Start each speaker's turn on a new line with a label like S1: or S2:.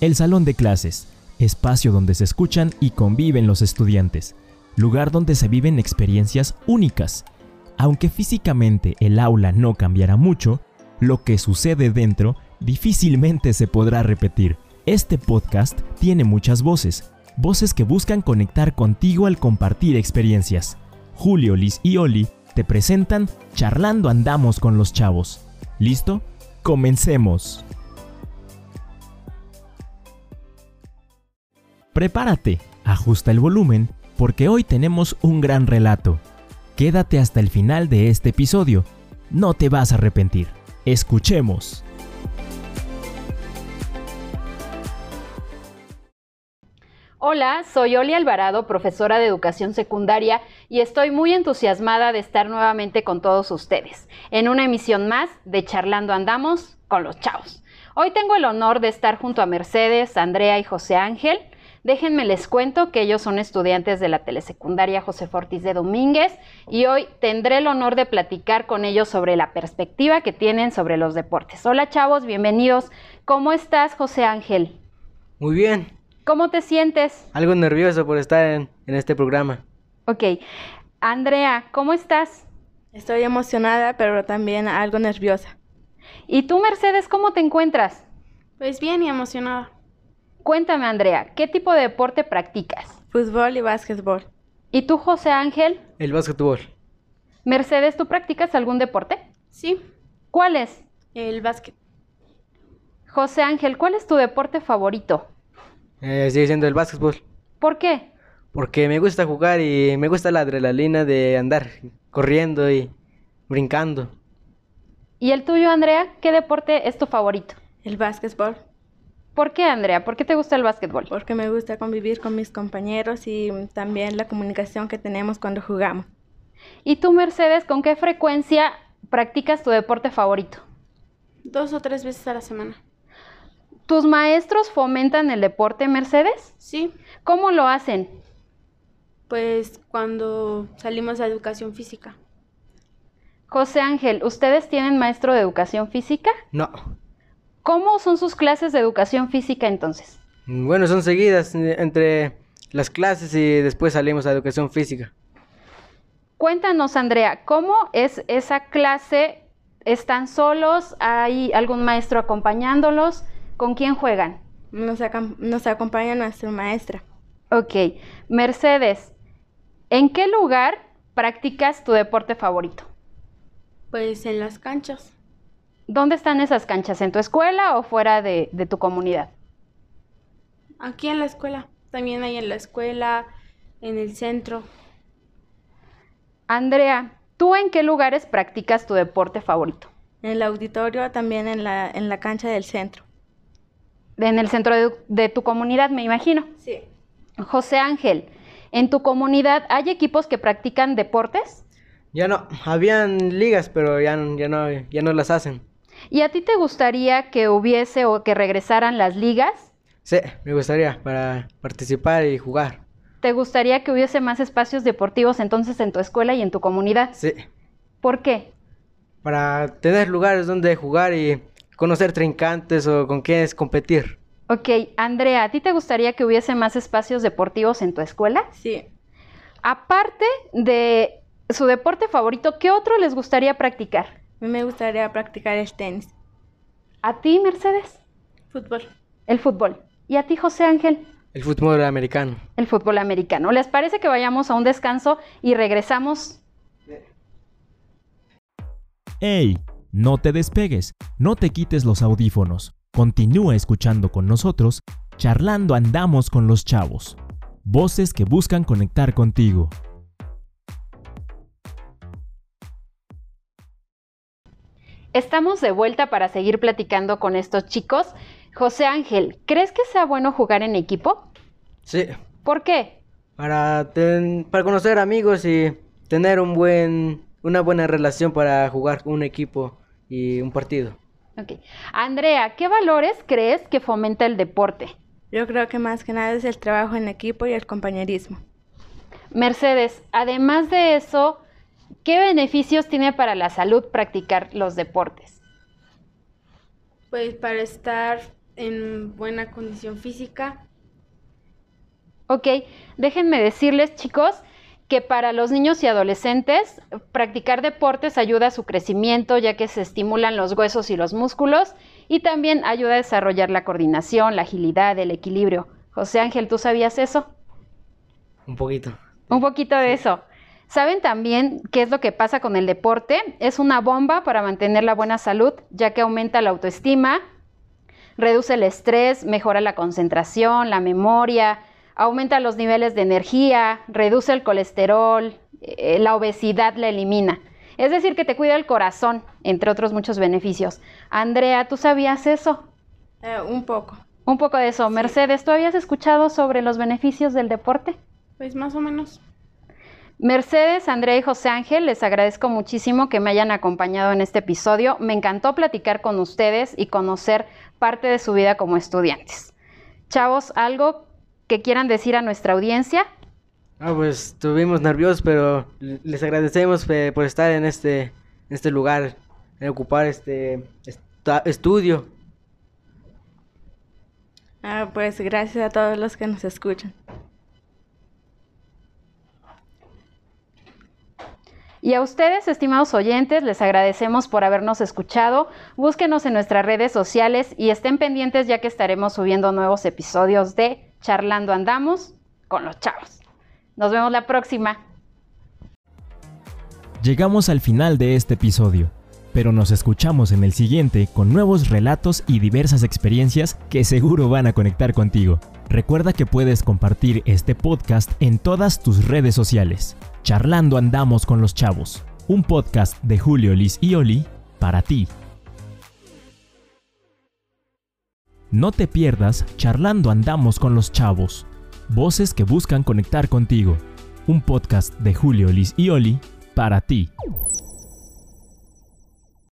S1: El salón de clases, espacio donde se escuchan y conviven los estudiantes, lugar donde se viven experiencias únicas. Aunque físicamente el aula no cambiará mucho, lo que sucede dentro difícilmente se podrá repetir. Este podcast tiene muchas voces, voces que buscan conectar contigo al compartir experiencias. Julio, Liz y Oli te presentan Charlando Andamos con los Chavos. ¿Listo? Comencemos. Prepárate, ajusta el volumen, porque hoy tenemos un gran relato. Quédate hasta el final de este episodio. No te vas a arrepentir. Escuchemos.
S2: Hola, soy Oli Alvarado, profesora de educación secundaria, y estoy muy entusiasmada de estar nuevamente con todos ustedes, en una emisión más de Charlando Andamos con los Chavos. Hoy tengo el honor de estar junto a Mercedes, Andrea y José Ángel. Déjenme les cuento que ellos son estudiantes de la telesecundaria José Fortis de Domínguez y hoy tendré el honor de platicar con ellos sobre la perspectiva que tienen sobre los deportes. Hola chavos, bienvenidos. ¿Cómo estás José Ángel?
S3: Muy bien,
S2: ¿Cómo te sientes?
S3: algo nervioso por estar en, en este programa.
S2: Ok. Andrea, ¿cómo estás?
S4: Estoy emocionada, pero también algo nerviosa.
S2: ¿Y tú, Mercedes, cómo te encuentras?
S4: Pues bien y emocionada.
S2: Cuéntame, Andrea, ¿qué tipo de deporte practicas?
S4: Fútbol y básquetbol.
S2: ¿Y tú, José Ángel?
S3: El básquetbol,
S2: Mercedes, ¿tú practicas algún deporte?
S4: Sí,
S2: ¿Cuál es?
S4: el básquet.
S2: José Ángel, ¿cuál es tu deporte favorito?
S3: eh, sigue siendo el básquetbol,
S2: ¿Por qué?
S3: porque me gusta jugar y me gusta la adrenalina de andar corriendo y brincando.
S2: ¿Y el tuyo, Andrea? ¿Qué deporte es tu favorito?
S4: El básquetbol,
S2: ¿Por qué, Andrea? ¿Por qué te gusta el básquetbol?
S4: porque me gusta convivir con mis compañeros y también la comunicación que tenemos cuando jugamos.
S2: ¿Y tú, Mercedes, con qué frecuencia practicas tu deporte favorito?
S5: Dos o tres veces a la semana.
S2: ¿Tus maestros fomentan el deporte, Mercedes?
S5: Sí,
S2: ¿Cómo lo hacen?
S5: pues cuando salimos a educación física.
S2: José Ángel, ¿ustedes tienen maestro de educación física?
S3: No,
S2: ¿Cómo son sus clases de educación física entonces?
S3: bueno, son seguidas eh, entre las clases y después salimos a educación física.
S2: Cuéntanos, Andrea, ¿cómo es esa clase? ¿Están solos? ¿Hay algún maestro acompañándolos? ¿Con quién juegan?
S4: Nos, acom- nos acompaña nuestra maestra.
S2: Ok, Mercedes, ¿en qué lugar practicas tu deporte favorito?
S5: Pues en las canchas.
S2: ¿Dónde están esas canchas? ¿En tu escuela o fuera de, de tu comunidad?
S5: Aquí en la escuela. También hay en la escuela, en el centro.
S2: Andrea, ¿tú en qué lugares practicas tu deporte favorito?
S4: En el auditorio, también en la, en la cancha del centro.
S2: En el centro de- de tu comunidad, me imagino.
S4: Sí.
S2: José Ángel, ¿en tu comunidad hay equipos que practican deportes?
S3: Ya no, habían ligas, pero ya, n- ya, no, ya no las hacen.
S2: ¿Y a ti te gustaría que hubiese o que regresaran las ligas?
S3: Sí, me gustaría para participar y jugar.
S2: ¿Te gustaría que hubiese más espacios deportivos entonces en tu escuela y en tu comunidad?
S3: Sí.
S2: ¿Por qué?
S3: para tener lugares donde jugar y conocer trincantes o con quienes competir.
S2: Ok, Andrea, ¿a ti te gustaría que hubiese más espacios deportivos en tu escuela?
S4: Sí.
S2: Aparte de su deporte favorito, ¿qué otro les gustaría practicar?
S4: A mí me gustaría practicar el tenis.
S2: ¿A ti, Mercedes?
S5: Fútbol.
S2: El fútbol. ¿Y a ti, José Ángel?
S3: El fútbol americano.
S2: el fútbol americano. ¿Les parece que vayamos a un descanso y regresamos?
S1: ¡Ey! No te despegues, no te quites los audífonos. Continúa escuchando con nosotros, charlando andamos con los chavos. Voces que buscan conectar contigo.
S2: Estamos de vuelta para seguir platicando con estos chicos. José Ángel, ¿crees que sea bueno jugar en equipo?
S3: Sí,
S2: ¿Por qué?
S3: para, ten- para conocer amigos y tener un buen, una buena relación para jugar un equipo y un partido.
S2: Ok. Andrea, ¿qué valores crees que fomenta el deporte?
S4: Yo creo que más que nada es el trabajo en equipo y el compañerismo.
S2: Mercedes, además de eso, ¿qué beneficios tiene para la salud practicar los deportes?
S5: Pues para estar en buena condición física.
S2: Ok, déjenme decirles, chicos, que para los niños y adolescentes practicar deportes ayuda a su crecimiento, ya que se estimulan los huesos y los músculos, y también ayuda a desarrollar la coordinación, la agilidad, el equilibrio. José Ángel, ¿tú sabías eso?
S3: Un poquito.
S2: Un poquito de eso. ¿Saben también qué es lo que pasa con el deporte? Es una bomba para mantener la buena salud, ya que aumenta la autoestima, reduce el estrés, mejora la concentración, la memoria, aumenta los niveles de energía, reduce el colesterol, eh, la obesidad la elimina. Es decir, que te cuida el corazón, entre otros muchos beneficios. Andrea, ¿tú sabías eso?
S5: Eh, un poco.
S2: Un poco de eso. Mercedes, ¿tú habías escuchado sobre los beneficios del deporte?
S5: Pues más o menos.
S2: Mercedes, Andrea y José Ángel, les agradezco muchísimo que me hayan acompañado en este episodio. Me encantó platicar con ustedes y conocer parte de su vida como estudiantes. Chavos, ¿algo que quieran decir a nuestra audiencia?
S3: Ah, pues estuvimos nerviosos, pero l- les agradecemos eh, por estar en este, en este lugar, en ocupar este esta- estudio.
S4: Ah, pues gracias a todos los que nos escuchan.
S2: Y a ustedes, estimados oyentes, les agradecemos por habernos escuchado. Búsquenos en nuestras redes sociales y estén pendientes ya que estaremos subiendo nuevos episodios de Charlando Andamos con los chavos. Nos vemos la próxima.
S1: Llegamos al final de este episodio, pero nos escuchamos en el siguiente con nuevos relatos y diversas experiencias que seguro van a conectar contigo. Recuerda que puedes compartir este podcast en todas tus redes sociales. Charlando andamos con los chavos, un podcast de Julio Liz y Oli para ti. No te pierdas Charlando andamos con los chavos, voces que buscan conectar contigo, un podcast de Julio Liz y Oli para ti.